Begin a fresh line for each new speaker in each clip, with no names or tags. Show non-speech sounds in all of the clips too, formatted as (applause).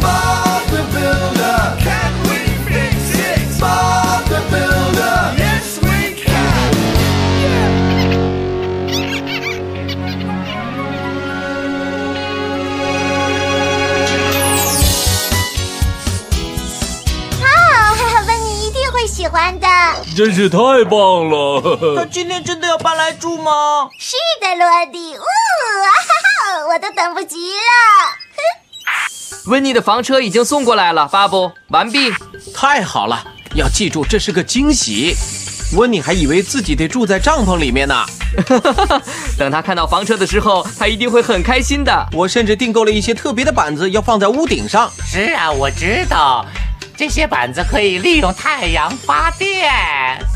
Bob the Builder. Can we fix it? Bob the Builder. Yes, we can.
哦，温妮一定会喜欢的。
真是太棒了！
他今天真的要搬来住吗？
是的，罗迪，呜、啊哈哈，我都等不及了。
温妮的房车已经送过来了，巴布，完毕。
(laughs)
(laughs)
太好了，要记住这是个惊喜。温妮还以为自己得住在帐篷里面呢。
等他看到房车的时候，他一定会很开心的。
我甚至订购了一些特别的板子，要放在屋顶上。
是啊，我知道，这些板子可以利用太阳发电。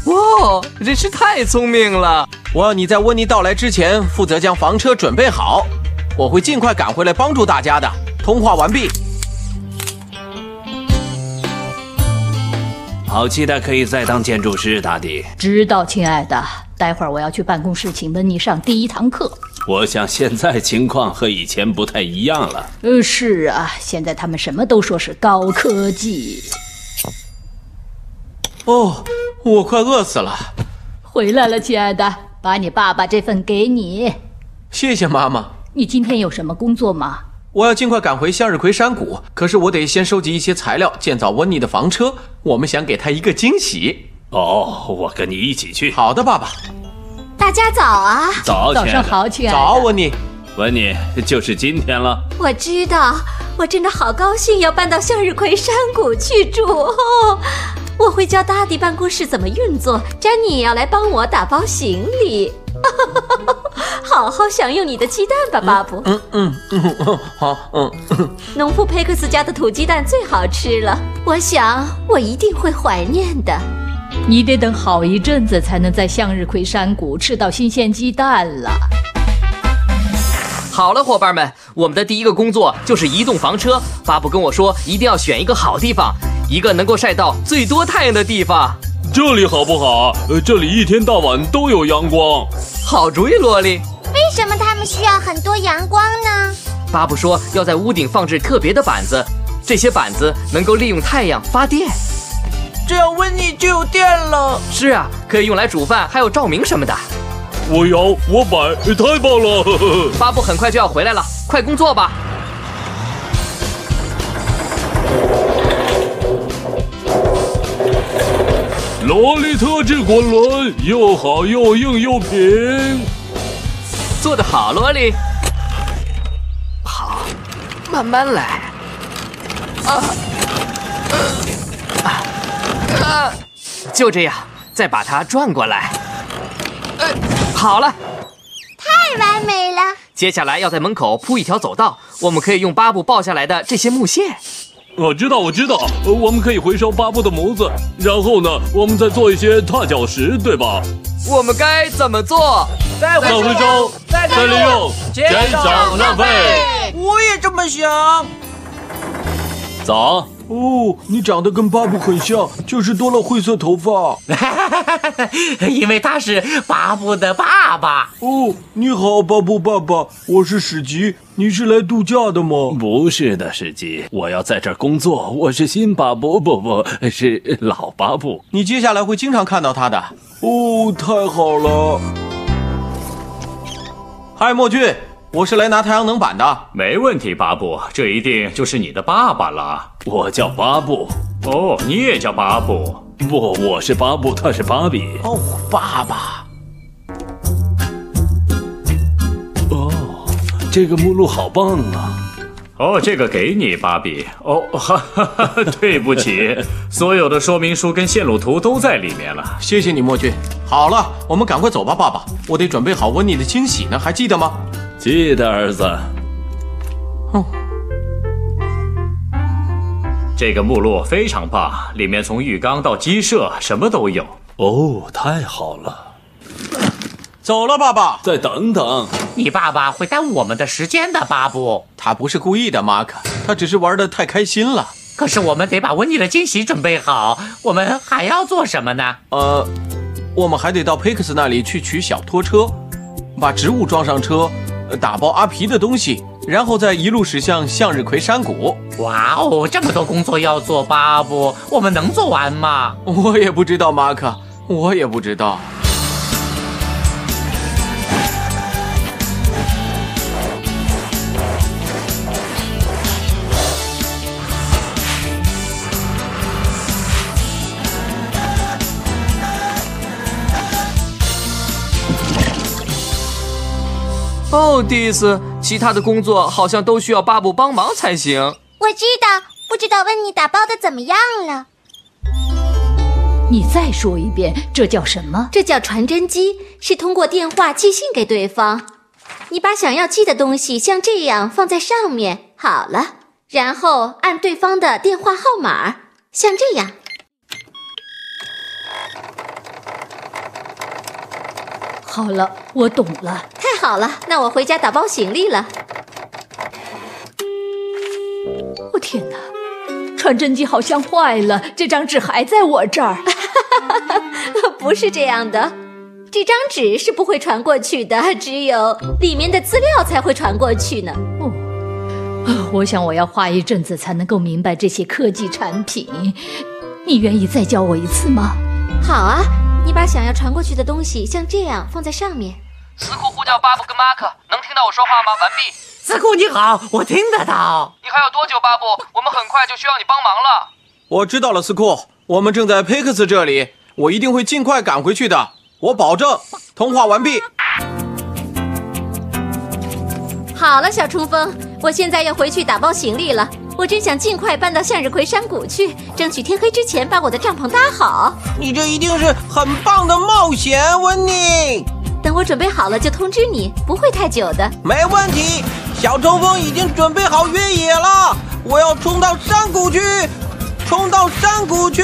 哇，真是太聪明了！
我要你在温妮到来之前，负责将房车准备好。我会尽快赶回来帮助大家的。通话完毕。
好期待可以再当建筑师，大地。
知道，亲爱的。待会儿我要去办公室请温妮上第一堂课。
我想现在情况和以前不太一样了。
呃，是啊，现在他们什么都说是高科技。
哦，我快饿死了。
回来了，亲爱的，把你爸爸这份给你。
谢谢妈妈。
你今天有什么工作吗？
我要尽快赶回向日葵山谷，可是我得先收集一些材料，建造温妮的房车。我们想给她一个惊喜。
哦，我跟你一起去。
好的，爸爸。
大家早啊！
早，
早上好，亲爱的。
早，温妮。
温妮，就是今天了。
我知道，我真的好高兴要搬到向日葵山谷去住哦。我会教大迪办公室怎么运作，詹妮也要来帮我打包行李。 (laughs) 好好享用你的鸡蛋吧，巴布。
嗯嗯嗯 (laughs) 嗯，好，嗯。
农夫佩克斯家的土鸡蛋最好吃了，我想我一定会怀念的。
你得等好一阵子才能在向日葵山谷吃到新鲜鸡蛋了。
好了，伙伴们，我们的第一个工作就是移动房车。巴布跟我说，一定要选一个好地方，一个能够晒到最多太阳的地方。
这里好不好？呃，这里一天到晚都有阳光。
好主意，萝莉。
为什么他们需要很多阳光呢？
巴布说要在屋顶放置特别的板子，这些板子能够利用太阳发电。
这样温妮就有电了。
是啊，可以用来煮饭，还有照明什么的。
我摇，我摆，太棒了！呵
(laughs)
呵
巴布很快就要回来了，快工作吧。
萝莉特制滚轮又好又硬又平，
做得好，萝莉。好，慢慢来。啊，呃啊，啊，就这样，再把它转过来。呃，好了，
太完美了！
接下来要在门口铺一条走道，我们可以用巴布抱下来的这些木屑。
我知道，我知道，呃我们可以回收巴布的模子，然后呢，我们再做一些踏脚石，对吧？
我们该怎么做？
再
再回收，再利用，减少浪费。
我也这么想。
早，
哦，你长得跟巴布很像，就是多了灰色头 (laughs) 发。
因为他是巴布的爸爸。
哦，你好，巴布爸爸，我是史吉，你是来度假的吗？
不是的，史基，我要在这儿工作。我是新巴布，不不是老巴布。
你接下来会经常看到他的。哦，太好了。嗨，墨俊，我是来拿太阳能板的。
没问题，巴布，这一定就是你的爸爸了。
我叫巴布，
哦，你也叫巴布？
不，我是巴布，他是芭比。
哦，爸爸，
哦，这个目录好棒啊！
哦，这个给你，芭比。哦，哈哈哈，对不起，所有的说明书跟线路图都在里面了。
谢谢你，墨俊。好了，我们赶快走吧，爸爸，我得准备好温妮的惊喜呢，还记得吗？
记得，儿子。
这个目录非常棒，里面从浴缸到鸡舍什么都有。
哦，太好了！
走了，爸爸。
再等等，
你爸爸会耽误我们的时间的，巴布。
他不是故意的，马克，他只是玩的太开心了。
可是我们得把温妮的惊喜准备好，我们还要做什么呢？
呃，我们还得到佩克斯那里去取小拖车，把植物装上车，呃打包阿皮的东西，然后再一路驶向向日葵山谷。
哇哦，这么多工作要做，巴布，我们能做完吗？
我也不知道，马克，我也不知道。
哦，迪斯，其他的工作好像都需要巴布帮忙才行。
我知道，不知道温妮打包的怎么样了？
你再说一遍，这叫什么？
这叫传真机，是通过电话寄信给对方。你把想要寄的东西像这样放在上面，好了，然后按对方的电话号码，像这样。
好了，我懂了。
太好了，那我回家打包行李了。
我、哦天哪，传真机好像坏了，这张纸还在我这儿。
不是这样的，这张纸是不会传过去的，只有里面的资料才会传过去呢。
啊我想我要花一阵子才能够明白这些科技产品。你愿意再教我一次吗？
好啊，你把想要传过去的东西像这样放在上面。
死库呼叫巴布跟马克，能听到我说话吗？完毕。
斯库你好，我听得到。
你还有多久，巴布？我们很快就需要你帮忙了。
我知道了，斯库，我们正在佩克斯这里，我一定会尽快赶回去的，我保证。通话完毕。
好了，小冲锋，我现在要回去打包行李了。我真想尽快搬到向日葵山谷去，争取天黑之前把我的帐篷搭好。
你这一定是很棒的冒险，温妮。
等我准备好了就通知你，不会太久的。
没问题，小冲锋已经准备好越野了，我要冲到山谷去，冲到山谷去。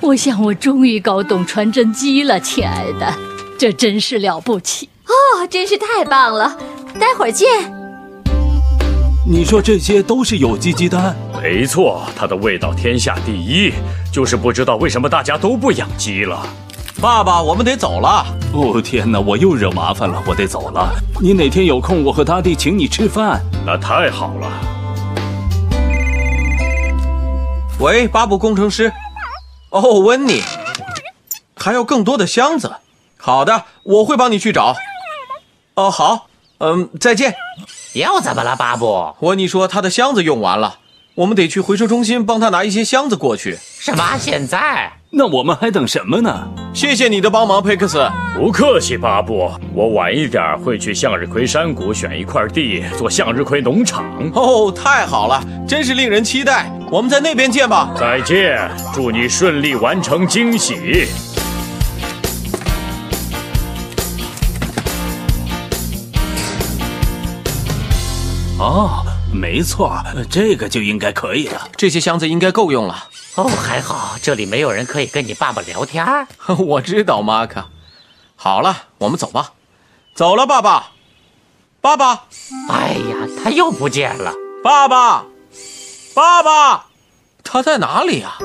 我想我终于搞懂传真机了，亲爱的，这真是了不起。
哦，真是太棒了！待会儿见。
你说这些都是有机鸡蛋？
没错，它的味道天下第一，就是不知道为什么大家都不养鸡了。
爸爸，我们得走了。
哦天哪，我又惹麻烦了，我得走了。你哪天有空，我和大地请你吃饭。
那太好了，
喂，巴布工程师。哦，温妮，还有更多的箱子。好的，我会帮你去找。哦，好，嗯，再见。
又怎么了，巴布？
温妮说她的箱子用完了，我们得去回收中心帮她拿一些箱子过去。
什么？现在？
那我们还等什么呢？
谢谢你的帮忙，佩克斯。
不客气，巴布。我晚一点儿会去向日葵山谷选一块地做向日葵农场。
哦，太好了，真是令人期待。我们在那边见吧。
再见，祝你顺利完成惊喜。
哦，没错，这个就应该可以了。
这些箱子应该够用了。
哦，还好这里没有人可以跟你爸爸聊天儿。
(laughs) 我知道，马克。好了，我们走吧。走了，爸爸。爸爸，
哎呀，他又不见了。
爸爸，爸爸，他在哪里啊？